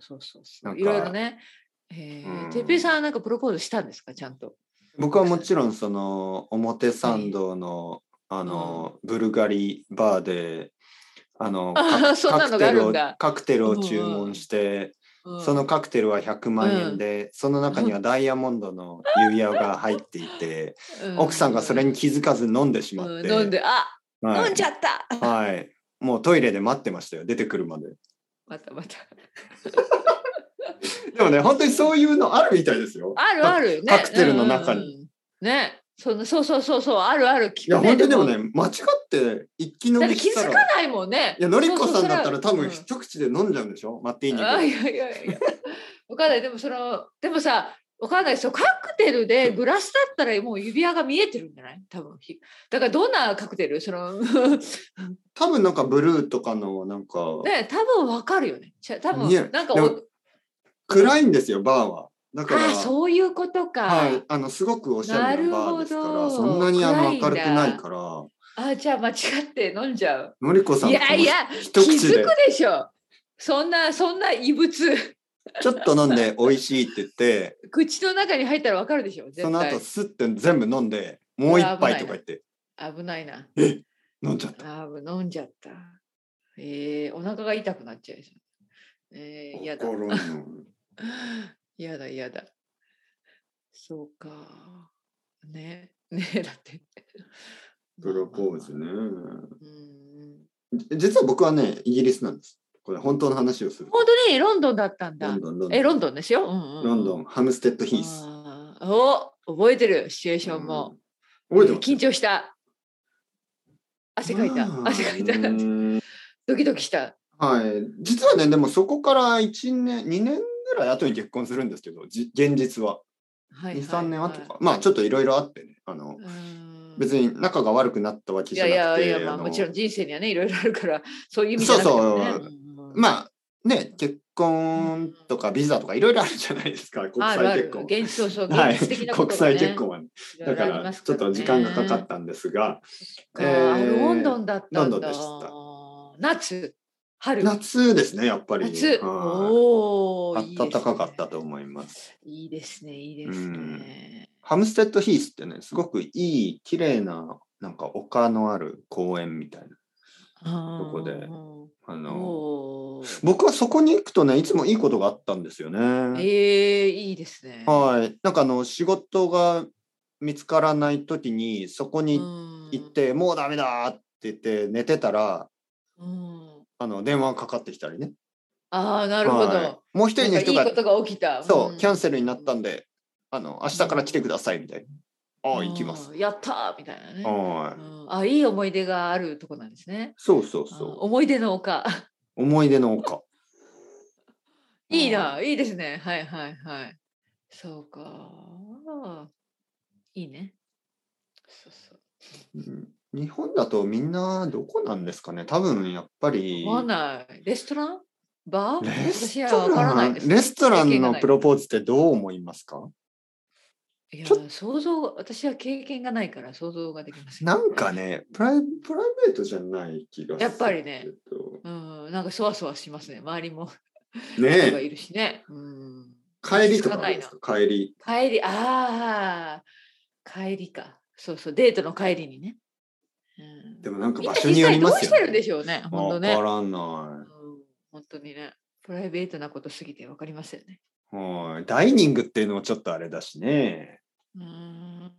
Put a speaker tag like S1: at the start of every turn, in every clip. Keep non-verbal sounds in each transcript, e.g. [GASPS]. S1: そうそうそ
S2: なん
S1: う。
S2: か
S1: いろいろね。え
S2: うん
S1: ー、てっぺいさんはなんかプロポーズしたんですか、ちゃんと。
S2: 僕はもちろんその表参道の、あのブルガリバーであの
S1: あ
S2: カ
S1: [LAUGHS]
S2: ク
S1: そんなのがあるんだ
S2: カクテルをカクテルを注文し
S1: う
S2: て、
S1: ん
S2: そのカクテルは100万円で、その中にはダイヤモンドの指輪が入っていて、奥さんがそれに気づかず飲んでしまって、
S1: うん飲んで、あ、
S2: はい、
S1: 飲んじゃった。
S2: はいもうトイレで待ってましたよ出てくるまで
S1: またまた。
S2: でもね本当にそういうのあるみたいですよ
S1: あるあるね。
S2: カクテルの中に
S1: うんうんうん。ね。そのそうそうそうそうあるある
S2: い
S1: 聞
S2: や
S1: くね。
S2: 本当にでもね間違って一気飲
S1: だっ
S2: み
S1: て気
S2: し
S1: づ
S2: た
S1: からないもんね。
S2: いやのりこさんだったら
S1: そう
S2: 多
S1: そうそれは
S2: 分一口で飲んじゃうんでしょマッティーニで
S1: あいやいやいや。わかんない。でもそのでもさ。わかんないですよカクテルでグラスだったらもう指輪が見えてるんじゃない多分ひだからどんなカクテルその
S2: 多分なんかブルーとかのなんか
S1: ね多分わかるよねちゃ多分
S2: ね
S1: なんか
S2: でも
S1: お
S2: 暗いんですよバーはだから
S1: あそういうことか、
S2: はいあのすごくおしゃれなバーですか
S1: なる
S2: ら
S1: ほど
S2: そんなにあの
S1: 暗いんだ
S2: 明るくないからの
S1: あじゃあ間違って飲んじゃう
S2: りこさん
S1: いやいや気
S2: 一口
S1: づ
S2: で
S1: くでしょそんなそんな異物
S2: ちょっと飲んで美味しいって言って
S1: 口の中に入ったらわかるでしょ絶対
S2: その後スッて全部飲んでもう一杯とか言って
S1: 危ないな
S2: 飲んじゃった
S1: あー飲んじゃったえー、お腹が痛くなっちゃいそうえー、やだ [GASPS]
S2: 心の
S1: やだやだそうかねねだって
S2: プロポーズね
S1: うん
S2: 実は僕はねイギリスなんですこれ本当の話をする
S1: 本当にロンドンだったんだ
S2: ロンドンロンドン
S1: えロンドンですよ、うんうん、
S2: ロンドンハムステッドヒース
S1: あーお覚えてるシチュエーションも、
S2: うん覚えてます
S1: 緊張した汗かいた、
S2: まあ
S1: 汗かいた
S2: うん
S1: ドキドキした
S2: [LAUGHS] はい、実はね、でもそこから1年、2年ぐらい後に結婚するんですけど、じ現実は。
S1: はいはい
S2: 2、3年後か。まあ、ちょっといろいろあってね。あの別
S1: に
S2: に仲が悪くなったわけ
S1: い
S2: じゃ
S1: やい
S2: なく
S1: や
S2: て、
S1: いや、ま
S2: あ
S1: あ、
S2: の
S1: もちろん人生にはねいろいろあるから [LAUGHS] そういう意味じゃなくてもね
S2: そうそ
S1: う
S2: う
S1: ん
S2: まあね、結婚とかビザとかいろいろあるじゃないですか、国
S1: あるあ
S2: 際
S1: る
S2: 結婚。
S1: 現実そうそう
S2: はい、
S1: 現実的なこ
S2: 国
S1: とがね
S2: 際結婚はね。
S1: いろ
S2: だ
S1: いろ
S2: か
S1: あり
S2: ら、
S1: ます
S2: ちょ
S1: から
S2: っと時間がかかったんですが、
S1: ねあ
S2: えー
S1: ロンドンだったんだ
S2: ロンドンでした
S1: 夏春
S2: 夏ですね、やっぱり。
S1: 夏
S2: はい
S1: おお
S2: 暖かかったと思います。
S1: いいですねいいですね
S2: ハムステッドヒースってね、すごくいい、綺麗な、なんか丘のある公園みたいな。
S1: そ
S2: こであの
S1: おー
S2: 僕はそこに行くとね、いつもいいことがあったんですよね。
S1: ええいいですね。
S2: はい。なんかあの、仕事が見つからない時に、そこ
S1: い
S2: に行っ、て、もうダメだって言って寝てたら、
S1: うん、
S2: あの、電話がかかってきたりね。
S1: ああなるほど。
S2: はいもう一人の人
S1: なん
S2: が
S1: かいいことが起きた。
S2: そう、
S1: ん
S2: キャンセルになったんで、あの、明日から来てくださいみたいな。ああ、行きます。。
S1: うんやったーみたいなね。
S2: は
S1: う
S2: い。
S1: んあいい思い出があるとこなんですね。
S2: そうそう
S1: あ
S2: そ
S1: 思い出の丘。
S2: う。思い出の丘。
S1: いいな、いいですね。はいはいはい。そうか。いいね。そうそう。
S2: うん日本だとみんなどこなんですかね多分やっぱり
S1: わかんない。レストランバー
S2: レス
S1: 私は
S2: ト
S1: わから
S2: ラ
S1: な
S2: ン
S1: いです。
S2: レストラ
S1: 経
S2: ン
S1: 験が
S2: の
S1: ない
S2: プロポーズってどう思いますか
S1: いや
S2: ちょ
S1: ー、想像、私は経験がないから想像ができません。
S2: なんかねプライプライベートじゃない気がする
S1: やっぱりね
S2: けど
S1: うん、なんかそわそわしますね。周りも人が
S2: ねえ
S1: いるしね。うん、
S2: 帰りと
S1: 落ち着
S2: か
S1: か
S2: ど
S1: な
S2: う
S1: い
S2: で
S1: な
S2: すか帰り
S1: 帰り、ああ、帰りか。そうそう、デートの帰りにね。うん、
S2: でもなんか
S1: みんな
S2: 場所によります
S1: 実際どうし
S2: よ
S1: てるん
S2: ね
S1: でしょうね。本当
S2: わ
S1: ね
S2: か。らな
S1: うん本当にね。プライベートなことすぎてわかりませんね。
S2: いはいダイニングっていうのもちょっとあれだしね
S1: うん。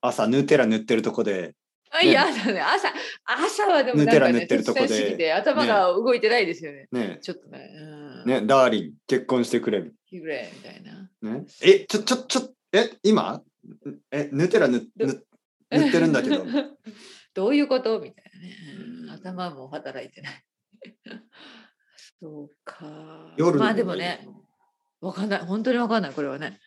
S2: 朝ヌテラ塗ってるとこで
S1: あ、
S2: ね
S1: いやだね。朝、朝はでもなんか
S2: 塗ってら塗っ
S1: ね、
S2: てるとこで
S1: 手伝いすぎて頭が動いてないですよね。
S2: ね
S1: ちょっとね。うん、
S2: ねダーリン結婚してくれ
S1: 日暮れみたいな。
S2: ね、え、ちょ、ちょ、ちょ、え、今え、ヌテラ塗塗塗ってるんだけど。。
S1: [LAUGHS] どういうことみたいなね
S2: う。ん
S1: 頭も働いてない。 [LAUGHS] そうか。
S2: 夜の
S1: ま
S2: 方がい
S1: あ
S2: い
S1: でもね、。わかんない。本当にわかんない、これはね。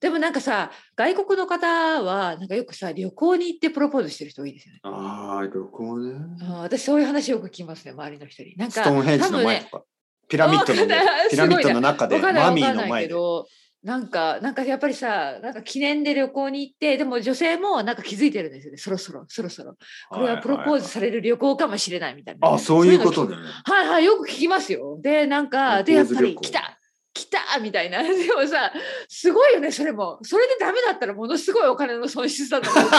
S1: でもなんかさ、外国の方は、なんかよくさ、旅行に行ってプロポーズしてる人多いですよね。
S2: ああ、旅行ね。
S1: あー私、そういう話よく聞きますね、周りの人に。なん
S2: ス
S1: か、
S2: トーンヘンジ
S1: 多
S2: の
S1: 分
S2: 前
S1: ね
S2: と、か。ピラミッド
S1: [LAUGHS] わか
S2: の
S1: んない
S2: 上、ピラミッドの中
S1: わ
S2: で、
S1: かんない
S2: マ
S1: わ
S2: ミー
S1: かん
S2: の
S1: ない
S2: 前
S1: け
S2: で。
S1: ど、なんか、なんかやっぱりさ、なんか記念で旅行に行って、でも女性もなんか気づいてるんですよね。そろそろ、そろそろ。これはプロポーズされる旅行かもしれないみたいな。
S2: あ、そういうことね。
S1: はいはい、よく聞きますよ。で、なんか、で、
S2: プロ
S1: や
S2: ポー
S1: っ
S2: ズ
S1: ぱ
S2: 旅行
S1: り来た来たみたいな。で [LAUGHS] もさ、すごいよね、それも。それでダメだったらものすごいお金の損失だと思う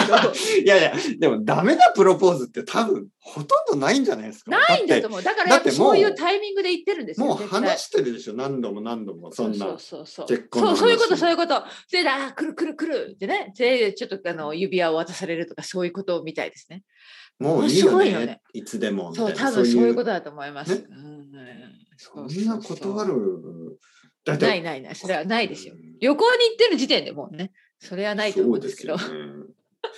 S1: け
S2: [LAUGHS] いやいや、でもダメなプロポーズって多分ほとんどないんじゃないですか。
S1: ど。ないんだ
S2: っ
S1: と
S2: て
S1: 思う。だから
S2: だ
S1: や
S2: っ
S1: ってぱ
S2: もう
S1: そういうタイミングで言ってるんですよ。
S2: もう
S1: 絶対
S2: 話してるでしょ、何度も何度も、そんな。
S1: そうそうそうそう
S2: 結婚の話
S1: そうそういうことそういうことそれであー来る来る来るってねでちょっとあの指輪を渡されるとかそういうことみたいですね
S2: もういいよ
S1: すご
S2: ね、
S1: いよね
S2: いつでもみたい
S1: そう
S2: な。。
S1: 多分そういうこととだと思います、
S2: ね
S1: うん
S2: そんな断る。だって
S1: ないないないそれはないですよ
S2: うん
S1: 旅行に行ってる時点でもうねそれはないと思うんですけど
S2: そうですよね。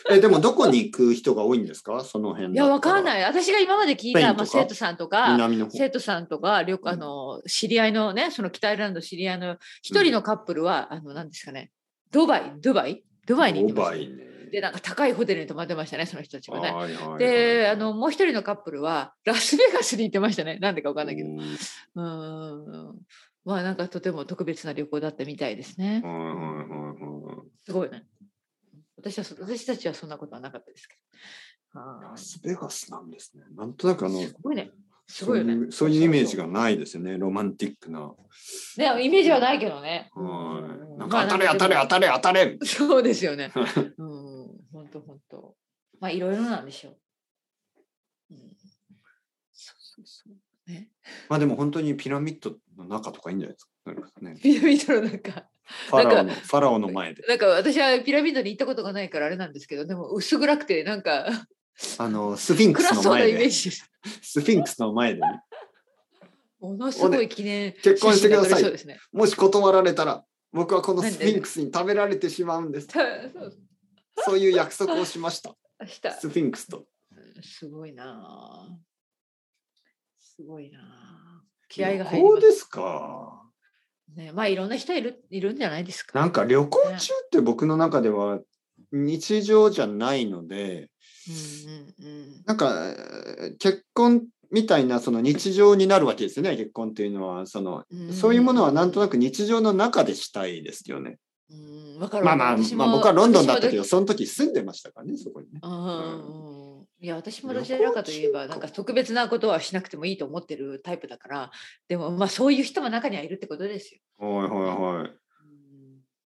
S2: え、でもどこに行く人が多いんですかその辺。
S1: いやわかんないい私が今まで聞い
S2: スペイン
S1: た、
S2: とか
S1: まあ、生徒さんとか
S2: 南の方。
S1: 生徒さんとか旅
S2: うん
S1: あの知り合いのねその北アイルランド知り合いの一人のカップルは、あの何ですかねドバイドバイドバイに行ってま
S2: ド
S1: した
S2: バ
S1: ね
S2: イね。
S1: でなんか高いホテルに泊まってましたねその人たちはね。
S2: はいはいはい
S1: であのもう一人のカップルはラスベガスに行ってましたねなんでかわかんないけど
S2: うん
S1: うーんまあなんかとても特別な旅行だったみたいですね
S2: はいはいはいはい
S1: すごいね私はそ私たちはそんなことはなかったですけどは
S2: ラ
S1: い
S2: スベガスなんですね。なんとなくあの、
S1: すごいねす
S2: そ
S1: ご
S2: う
S1: いよ
S2: い
S1: ね
S2: うそういうイメージがないですよね、ロマンティックな。
S1: ねイメージはないけどね
S2: はい。な
S1: ま
S2: んか
S1: あ
S2: 当たれ
S1: なん
S2: 当
S1: か
S2: たれ当たれ当たれ
S1: [LAUGHS] そうですよね
S2: [LAUGHS]
S1: うん本当本当まあいろいろなんでしょう、うん、そうそうそうね
S2: まあでも本当にピラミッドの中とかいいんじゃないですか。なんかね、
S1: ピラミッドの中
S2: ファラオのファラオの前で。
S1: なんか私はピラミッドに行ったことがないからあれなんですけどでも薄暗くてなんか
S2: あの、スフィンク
S1: 暗
S2: スの
S1: そうな
S2: 前
S1: イメー
S2: で。
S1: ジです。
S2: スフィンクスの前でね、
S1: ものすごい記念
S2: 結婚してください
S1: 写真が撮れそうですね。
S2: もし断られたら、僕はこのスフィンクスに食べられてしまうんです。
S1: たそう
S2: そういう約束をしま
S1: [LAUGHS]
S2: した。
S1: 明日
S2: スフィンクスと。
S1: すごいなぁ。すごいなぁ。気合
S2: 旅
S1: が入り
S2: 行
S1: ま
S2: ですか。
S1: すね。まあいろんな人いるいるんじゃないですか。
S2: なんか旅行中って僕の中では日常じゃないので、
S1: うんうんうん。
S2: なんかえー結婚みたいなその日常になるわけですよね結婚っていうのはその
S1: うん
S2: そういうものはなんとなく日常の中でしたいですよね。
S1: うん、わかる
S2: まあまあ、
S1: 私
S2: ま
S1: も
S2: あ、僕はロンドンだったけ
S1: 私も
S2: どその時住んでましたからねそこにね。
S1: どうんうんいや私も
S2: 旅
S1: ど
S2: 行
S1: ちらかといえば
S2: 中か
S1: なんか特別なことはしなくてもいいと思ってるタイプだからでもまあそういう人も中にはいるってことですよ。
S2: はいはいはい。
S1: うん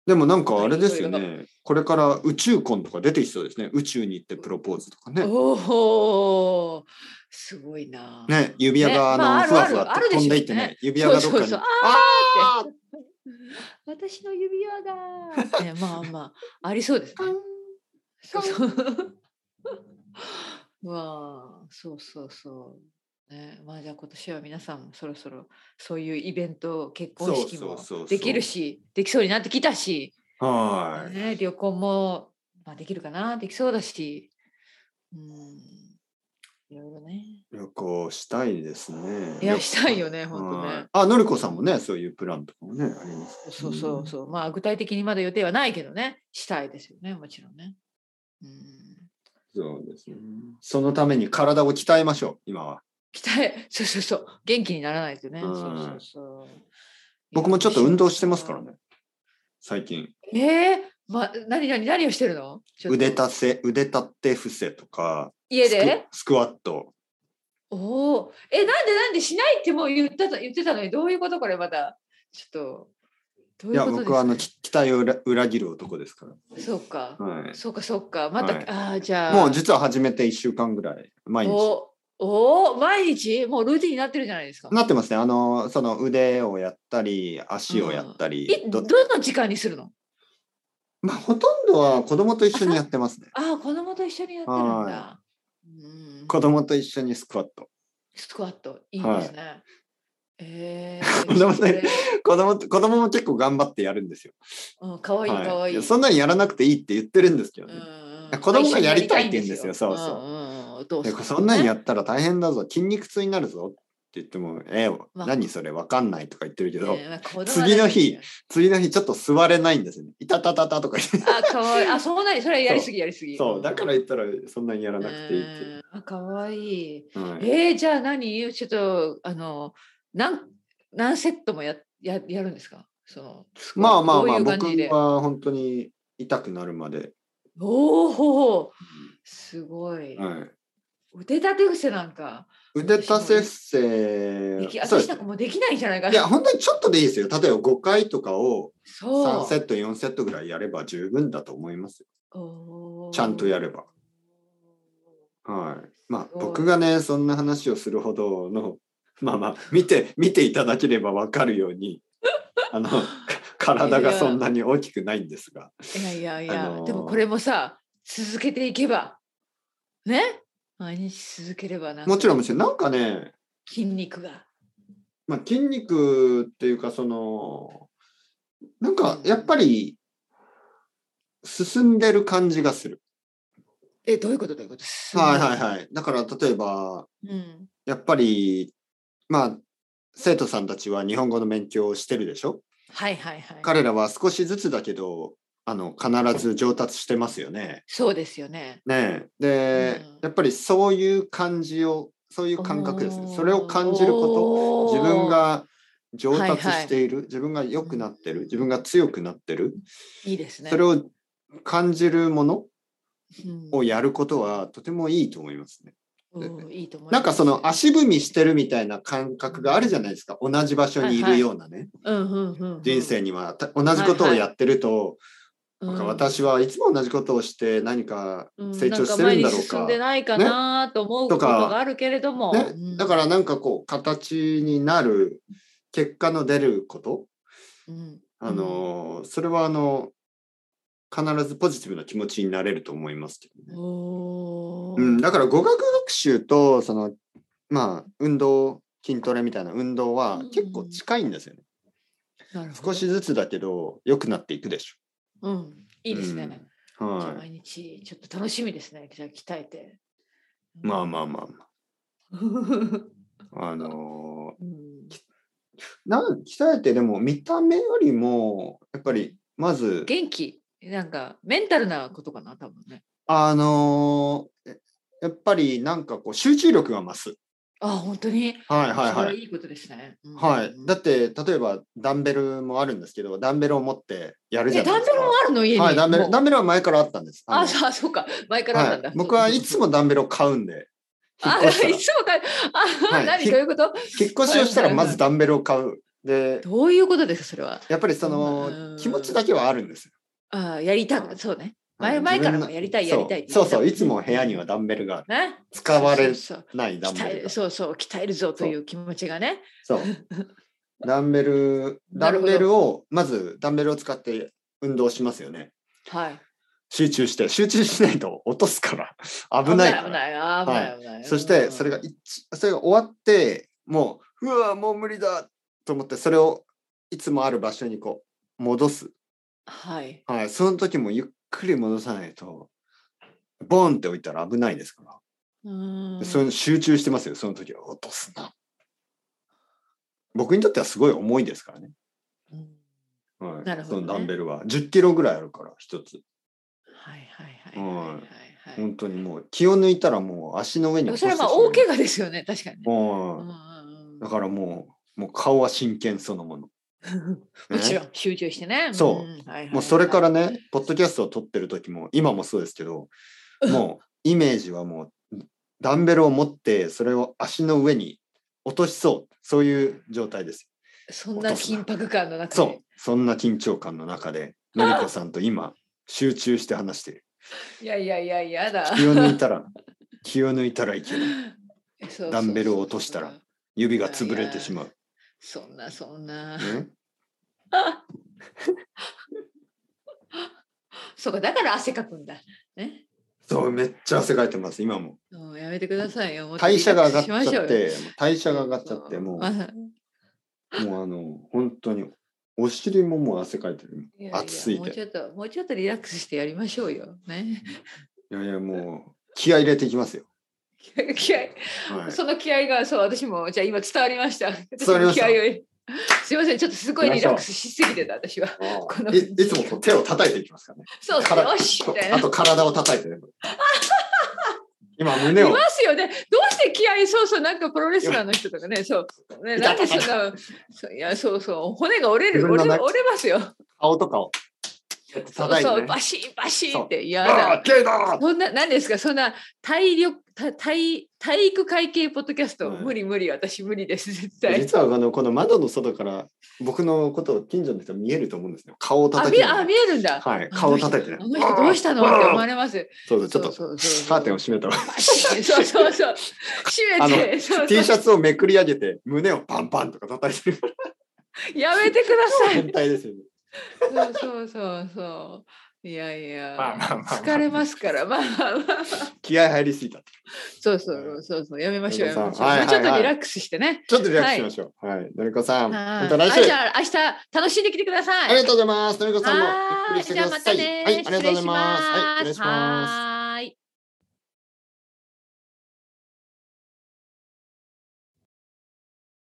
S2: でもなんかあれですよ
S1: いろ
S2: ねこれから宇宙婚とか出てきそうですね宇宙に行ってプロポーズとかね。
S1: おお、すごいな。
S2: ね、指輪があの、
S1: まあある
S2: ふわふわ
S1: あ
S2: っ
S1: る
S2: て
S1: でしょうんね
S2: 飛でいってね指輪がどっか
S1: そうそ
S2: に
S1: うそう
S2: あー
S1: 私の指輪が。
S2: [LAUGHS]
S1: ね、まあまあ、ありそうですね。そうそう。 [LAUGHS] わあ、そうそうそう。ね、まあじゃあ今年は皆さんもそろそろそういうイベント結婚式
S2: そう
S1: も
S2: そうそうそう
S1: できるしできそうになってきたし、
S2: はい。
S1: ね、旅行も、まあ、できるかなできそうだしうんいろいろね
S2: 旅行したいですね。
S1: いやしたいよね本当
S2: は
S1: ね
S2: い。あ、のりこさんもね、そういうプランとかもね、あります。
S1: そうそうそう、まあ具体的にまだ予定はないけどね、したいですよね、もちろんね。うん、
S2: そうですね。そのために体を鍛えましょう、今は。
S1: 鍛え、 [LAUGHS] そうそうそう、元気にならないとね。
S2: うん
S1: そうそうそう
S2: 僕もちょっと運動してますからね。。最近。
S1: ええま何何何をしてるの？ちょっと
S2: 腕立て、腕立て伏せとか、
S1: 家
S2: スク
S1: で？
S2: スクワット。
S1: おお、えなんでなんでしないってもう言ったと言ってたのにどういうことこれまたちょっとど
S2: い
S1: い
S2: う
S1: う
S2: や、
S1: ことです
S2: 僕
S1: か
S2: はあの、き期待を裏裏切る男ですか。、
S1: そうから
S2: はい。
S1: そうかそうか、また、
S2: はい
S1: ああじゃあ
S2: もう実は始めて1週間ぐらい、毎日。
S1: おお毎日もうルーティンになってるじゃないですか。
S2: なってますね。あの、その腕をやったり、足をやったり、
S1: え
S2: ど
S1: どの時間にするの
S2: まあ、ほとんどは子供と一緒にやって [LAUGHS] ますね。
S1: ああ、子供と一緒にやってるんだ。うん、
S2: 子供と一緒にスクワット。
S1: スクワット、いいですね。えー、
S2: [LAUGHS] 子供と
S1: それ
S2: 子供って子供も結構頑張ってやるんですよ。
S1: うん、かわいい、か
S2: はい
S1: わいい。
S2: やそんなんやらなくていいって言ってるんですけど
S1: う
S2: ね。
S1: ん
S2: 子供がやりたいって言うんですよそうそう
S1: うんうんうんお父
S2: で
S1: さん、
S2: そんなんやったら大変だぞ、筋肉痛になるぞって言っても、ええ
S1: まあ
S2: 何それわかんないとか言ってるけど、
S1: ねまあ子供は
S2: 次の日次の日ちょっと座れないんですよね。いたたたたとか言って。
S1: あ、かわいい。あ、そうなに、それはやりすぎ、やりすぎ。
S2: そう、だから
S1: や
S2: 言ったらそんなんやらなくていい
S1: [LAUGHS]
S2: って。
S1: あ、かわいい。
S2: はい、
S1: えー、じゃあ何ちょっと、あの、何、何セットもやややるんですかその
S2: まあまあまあ、
S1: どういう
S2: 僕
S1: 感じで
S2: は本当に痛くなるまで。
S1: おおすごい、
S2: はい、
S1: 腕立て伏せなんか
S2: 腕立て伏
S1: でき
S2: せ。そう
S1: 私
S2: です
S1: なんかもうできないんじゃないか
S2: いや、本当にちょっとでいいですよ。例えば5回とかを
S1: そ
S2: 3
S1: う
S2: セット、4セットぐらいやれば十分だと思いますよ。
S1: おー
S2: ちゃんとやればはい。まあ
S1: す、ごい
S2: 僕がね、そんな話をするほどの、 [LAUGHS] まあまあ、見て、見ていただければわかるよ
S1: [LAUGHS]
S2: うに、あの、体がそんなに大きくないんですが。
S1: いやいやいや、
S2: あのー
S1: でもこれもさ続けていけばね毎日続ければなんか
S2: もちろん、もちろん、なんかね、
S1: 筋肉が
S2: まあ、筋肉っていうかそのなんか
S1: うん
S2: やっぱり進んでる感じがする。
S1: えどういうことどういうことす
S2: はいはいはい。だから例えば
S1: い、うん、
S2: やっぱりまあ生徒さんたちは日本語の勉強をしてるでしょ
S1: はいはいはい
S2: 彼らは少しずつだけどあの必ず上達してますよね。
S1: そうですよね
S2: ねえで、
S1: うん
S2: やっぱりそういう感じをそういう感覚ですね。それを感じること
S1: と
S2: 自分が上達
S1: はいはい
S2: している、自分が良くなってる自分が強くなってる、
S1: いいですね
S2: それを感じるもの
S1: うん
S2: をやることはとてもいいと思いますね。
S1: うんいいと思います
S2: なんかその足踏みしてるみたいな感覚があるじゃないですか同じ場所にいるようなね、
S1: うんうんうんうん
S2: 人生にはた同じことをやってると、なんか私はいつも同じことをして何か成長してる
S1: うんなん
S2: んだろうか,、
S1: か前に進んでないかなと思うことがあるけれども、
S2: ね
S1: うん
S2: だからなんかこう形になる結果の出ること、
S1: うん
S2: あのーそれはあの必ずポジティブな気持ちになれると思いますけどね。
S1: おー
S2: うん、だから語学学習とそのまあ運動筋トレみたいな運動は
S1: うん
S2: 結構近いんですよね。
S1: なるほど
S2: 少しずつだけど良くなっていくでし
S1: うん、いいですね。
S2: ょ。
S1: じゃあ
S2: はい。
S1: 毎日ちょっと楽しみですね。じゃあ鍛えて。
S2: まあまあまあま
S1: あ。
S2: あ。あの
S1: うん、
S2: ーなん鍛えてでも見た目よりもやっぱりまず
S1: 元気、なんかメンタルなことかな、多分ね。
S2: あのーえやっぱりなんかこう集中力が増す。
S1: あ、本当に。
S2: はいはい
S1: それ
S2: は。
S1: はいいいことですね。うん
S2: はい、だって例えばダンベルもあるんですけどダンベルを持ってやるじ
S1: え、
S2: ゃない
S1: ダ
S2: で
S1: ン
S2: す
S1: ベ
S2: か。
S1: ルもあるの家に。
S2: はい、ダンベ
S1: も
S2: ル
S1: う
S2: ダンベルは前からあったんです。
S1: あ、
S2: の
S1: そうそうか。前からあったんだ。
S2: はい、僕はいつもダンベルを買うんで引っ
S1: あ、い
S2: 越
S1: つも
S2: し
S1: か。あ、
S2: はい
S1: 何
S2: ひ
S1: どういうこと
S2: たら引っ越しをしたらまずダンベルを買う。で
S1: どういうことですか、それは。
S2: やっぱりそ
S1: うん
S2: の気持ちだけはあるんですよ。
S1: あやりたく、そうね。前前からもやりたい、やりたいって言ってた
S2: そ
S1: も
S2: うん
S1: ね。
S2: そうそういつも部屋にはダンベルがある
S1: ね。
S2: 使わ
S1: そ
S2: れ
S1: うそう
S2: ないダン
S1: 鍛
S2: ベ
S1: え
S2: ルが
S1: るそうそう、鍛えるぞという気持ちがね。 [LAUGHS]
S2: そうダンベル
S1: な
S2: ダ
S1: る
S2: ン
S1: ほど
S2: ベルをまずダンベルを使って運動しますよね
S1: はい。
S2: 集中して集中しないと落とすから
S1: [LAUGHS]
S2: 危ないから
S1: 危ない危ない危ない、
S2: そしてそれが一それが終わってもううわもう無理だと思ってそれをいつもある場所にこう戻す、
S1: はい
S2: はい、その時もゆっくり戻さないとボンって置いたら危ないですから、
S1: うーん
S2: それ集中してますよその時は落とすな僕にとってはすごい重いですからね、
S1: うん
S2: はい、
S1: なるほどね
S2: そのダンベルは1 0キロぐらいあるから一つ
S1: はいはいはいはいはいはい
S2: 本当にもう気を抜いたらもう足の上
S1: で
S2: に
S1: も
S2: 落
S1: そ
S2: と
S1: れ
S2: して
S1: は
S2: し
S1: ま
S2: ま
S1: あ
S2: う
S1: 大怪我ですよね確かにね、
S2: は
S1: う
S2: い
S1: んうん
S2: だからもう、もう顔は真剣そのもの。
S1: [LAUGHS] うん、もちろん集中してねはい
S2: そうん
S1: はいはい
S2: もうそれからね、ポッドキャストを撮ってる時も、今もそうですけど、もうイメージはもう、ダンベルを持って、それを足の上に落としそう。そういう状態です。
S1: そんな緊迫感の中で
S2: そう。そんな緊張感の中で、のりこさんと今、集中して話してい
S1: [LAUGHS]
S2: る。
S1: いやいやいやいやだ
S2: 気を抜いたら、気を抜いたらいけな
S1: そ
S2: い。
S1: うそうそう
S2: ダンベルを落としたら指が潰れてしまう。
S1: そんなそんな、 [LAUGHS]
S2: ね、
S1: そうかだから汗かくんだね
S2: そう、めっちゃ汗かいてます、今も。
S1: うんやめてくださいよもっと
S2: 代謝が上がっ
S1: リラックスし
S2: ち
S1: まし
S2: ゃ
S1: ょ
S2: っ
S1: うよ
S2: て、代謝が上がっちゃって、もう。もうあの、本当に、お尻ももう汗かいてる。
S1: いやいや
S2: 暑すぎて
S1: もうちょっともうちょっとリラックスしてやりましょうよ。
S2: [LAUGHS]
S1: ね。
S2: いやいや、もう、気合い入れていきますよ。
S1: 気合、
S2: は
S1: [LAUGHS]
S2: い。
S1: その気合がそう私もじゃあ今伝わりました。
S2: 伝わりまし
S1: 私も気
S2: た
S1: 合をすいませんちょっとすごいリラックスしすぎてた私は。この
S2: いいつも
S1: [LAUGHS]
S2: こう手を叩いていきますからね。
S1: そうそう
S2: 体
S1: よしみたい
S2: あ
S1: な。
S2: と体を叩いてね。今
S1: い
S2: 胸を
S1: ますよね。どうして気合い、そうそう、なんかプロレスラーの人とかね、そう。ね、なんでそんな、そういや、そうそう、骨が折れる、
S2: 自分
S1: 折
S2: の
S1: れ
S2: 中
S1: 折れますよ。
S2: 顔とかを
S1: そう
S2: 叩い
S1: そ
S2: て、
S1: う、
S2: ね、
S1: バシーバシーっ
S2: そ
S1: て、嫌
S2: ああ
S1: だ。
S2: ゲイだ
S1: そんな、何ですか、そんな体力、た体、体育会系ポッドキャスト、
S2: うん
S1: 無理無理、私無理です、絶対。
S2: 実はあのこの窓の外から僕のことを近所の人見えると思うんですよ顔を
S1: あ、
S2: 叩い
S1: 見え、
S2: て
S1: あ、見えるんだ。
S2: はい
S1: あ
S2: 顔を叩いてね
S1: あの人あの人どうしたのって思わ
S2: れ
S1: れます。
S2: そうそうちょっと
S1: そうそうそう
S2: カーテンを閉めたら
S1: バシーそうそうそう。閉めて、そう
S2: T シ
S1: そ
S2: ャツをめくり上げて胸をパンパンとか叩いてる
S1: う。やめてください
S2: 変。態ですよね。
S1: そうそうそうそう。いやいや。
S2: [LAUGHS] まあまあまあまあ
S1: 疲れますから、まあまあまあ。
S2: 気合入りすぎた。
S1: そうそうそうそう、やめましょう。やめましょう。
S2: はい
S1: もうちょっ
S2: はい
S1: と
S2: はい
S1: リラックスしてね。
S2: ちょっとリラックスしましょう。はい。のりこさん、
S1: は
S2: ま
S1: い
S2: た来
S1: あ
S2: 週
S1: じ。ゃあ明日楽しんできてください。
S2: ありがとうございます。のりこさんも
S1: は
S2: ゆっくり
S1: い
S2: して
S1: じ
S2: く
S1: ゃあ
S2: だ
S1: ま
S2: さ
S1: た
S2: い。
S1: ね。
S2: はい、ありがとうございます。はい、お願いします。
S1: す。